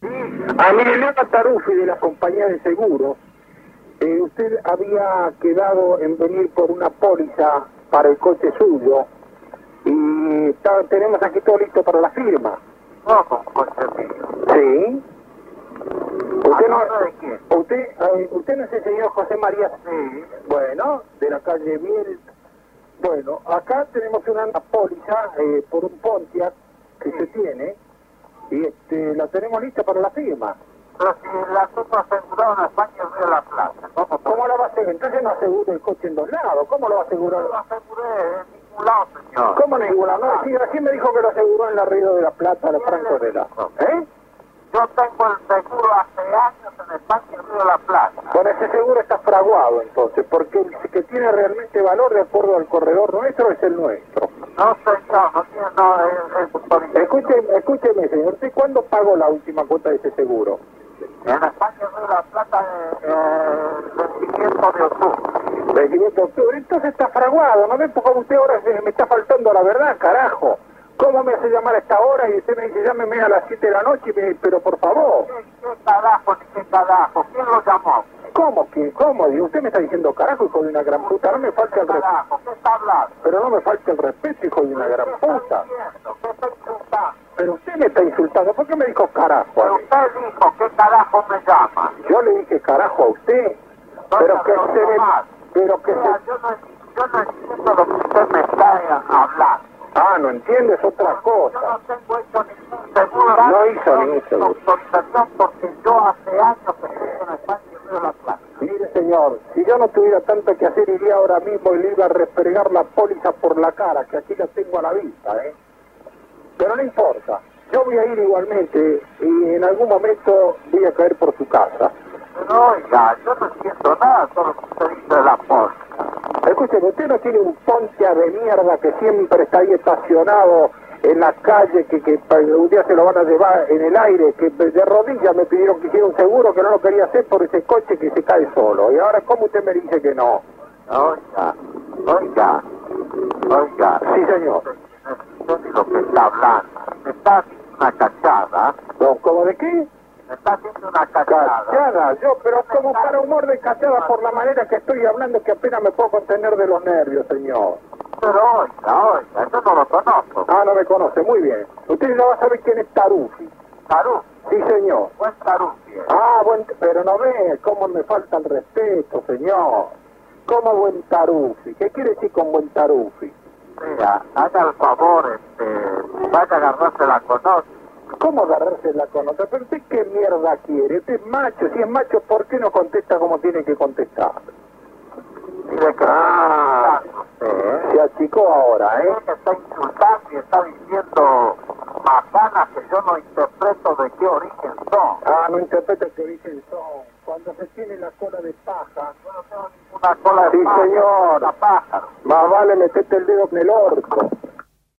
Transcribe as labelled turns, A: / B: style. A: A Leonardo Tarufi de la compañía de seguros, eh, usted había quedado en venir por una póliza para el coche suyo y está- tenemos aquí todo listo para la firma.
B: Ojo, coche mío.
A: Sí. Ah, Usted
B: ¿Habla de quién?
A: no, usted, eh, usted no es el señor José María
B: Sí.
A: Bueno, de la calle Miel. Bueno, acá tenemos una póliza eh, por un Pontiac que se tiene y este, la tenemos lista para la firma.
B: Pero si la copa asegurada en España es de la plaza. ¿Cómo puedo?
A: ¿Cómo la va a asegurar? Entonces no asegura el coche en dos lados. ¿Cómo lo va a asegurar?
B: No lo aseguré en ningún lado, señor.
A: ¿Cómo no asegura? No, sí, recién me dijo que lo aseguró en la Río de la Plata, la Franco de la... ¿Eh?
B: Yo tengo el seguro hace años en España y Río de la Plata.
A: Bueno, ese seguro está fraguado entonces, porque el que tiene realmente valor de acuerdo al corredor nuestro es el nuestro.
B: No, señor, no tiene nada de autoridad.
A: Escúcheme, escúcheme señor, ¿usted cuándo pagó la última cuota de ese seguro?
B: En España y Río de la Plata, eh, eh, vencimiento de octubre.
A: 28 de octubre, entonces está fraguado, ¿no ve? Porque usted ahora se- me está faltando la verdad, carajo. ¿Cómo me hace llamar a esta hora y usted me dice llámeme a las 7 de la noche? y me- pero por favor,
B: ¿Qué, qué carajo, ni qué carajo? ¿Quién lo llamó?
A: ¿cómo que? ¿Cómo? Digo, usted me está diciendo carajo, hijo de una gran puta, no me falta el respeto.
B: Carajo, ¿qué está hablando?
A: Pero no me falta el respeto, hijo de una
B: ¿Qué
A: gran
B: está
A: puta.
B: diciendo? ¿Qué está insultando?
A: Pero usted me está insultando, ¿por qué me dijo carajo?
B: Pero
A: a mí?
B: usted dijo, ¿qué carajo me llama?
A: Yo le dije carajo a usted, pero que usted me... Pero que
B: Mira,
A: se-
B: yo no, yo no entiendo lo que usted me está eh, hablando.
A: Ah, no entiende, es otra
B: Yo
A: cosa.
B: no tengo hecho ningún seguro.
A: No hizo ningún
B: tengo
A: seguro.
B: autorización porque yo hace años que estoy en España y Río de la Plata.
A: Mire, señor, si yo no tuviera tanto que hacer, iría ahora mismo y le iba a restregar la póliza por la cara, que aquí la tengo a la vista, ¿eh? Pero no importa, yo voy a ir igualmente y en algún momento voy a caer por su casa.
B: Pero oiga, yo no entiendo nada de lo que usted dice de la polca.
A: Escúcheme, usted no tiene un pontia de mierda que siempre está ahí estacionado en la calle, que, que pa- un día se lo van a llevar en el aire, que de rodillas me pidieron que hiciera un seguro que no lo quería hacer por ese coche que se cae solo. Y ahora, ¿cómo usted me dice que no?
B: Oiga, oiga, oiga.
A: Sí, señor.
B: Yo ni lo que está hablando. Me está haciendo una cachada.
A: No, ¿Cómo de qué?
B: Me está haciendo una cachada.
A: Cachada, yo, pero como para humor de cachada por la manera que estoy hablando que apenas me puedo contener de los nervios, señor.
B: Pero oiga, oiga, yo no lo conozco.
A: Ah, no me conoce, muy bien. Usted no va a saber quién es Tarufi.
B: Tarú,
A: Sí, señor.
B: buen Tarú. que es.
A: Ah, buen, pero no ve cómo me falta el respeto, señor. ¿Cómo buen Tarufi? ¿Qué quiere decir con buen Tarufi?
B: Mira, haga el favor, este, vaya a agarrarse la conoce.
A: ¿Cómo agarrarse la con otra? ¿Pero usted qué mierda quiere? Usted es macho. Si es macho, ¿por qué no contesta como tiene que contestar?
B: Mire que
A: Ah.
B: usted, ¿eh?
A: Se achicó ahora, ¿eh?
B: Usted me está insultando y está diciendo macanas que yo no interpreto de qué origen son.
A: Ah, no interpreta que origen son. Cuando se tiene la cola de paja,
B: Yo no tengo ninguna cola de
A: Sí,
B: pájaro,
A: señor.
B: una pájaro.
A: más vale meterte el dedo en el orto.